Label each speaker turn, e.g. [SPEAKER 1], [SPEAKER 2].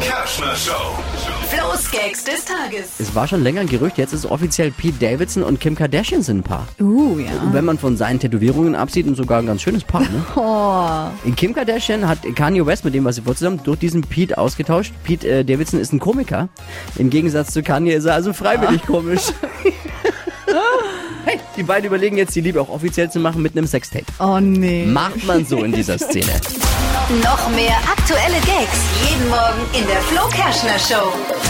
[SPEAKER 1] Kerschner Show.
[SPEAKER 2] Flo's Gags des Tages.
[SPEAKER 3] Es war schon länger ein Gerücht, jetzt ist offiziell Pete Davidson und Kim Kardashian sind ein Paar.
[SPEAKER 4] Uh, ja.
[SPEAKER 3] Und wenn man von seinen Tätowierungen absieht, und sogar ein ganz schönes Paar, ne?
[SPEAKER 4] Oh,
[SPEAKER 3] Kim Kardashian hat Kanye West, mit dem war sie vor zusammen, durch diesen Pete ausgetauscht. Pete äh, Davidson ist ein Komiker. Im Gegensatz zu Kanye ist er also freiwillig komisch. hey, die beiden überlegen jetzt, die Liebe auch offiziell zu machen mit einem Sextape.
[SPEAKER 4] oh nee.
[SPEAKER 3] Macht man so in dieser Szene.
[SPEAKER 2] Noch mehr aktuelle Gags jeden Morgen in der Flo Kerschner Show.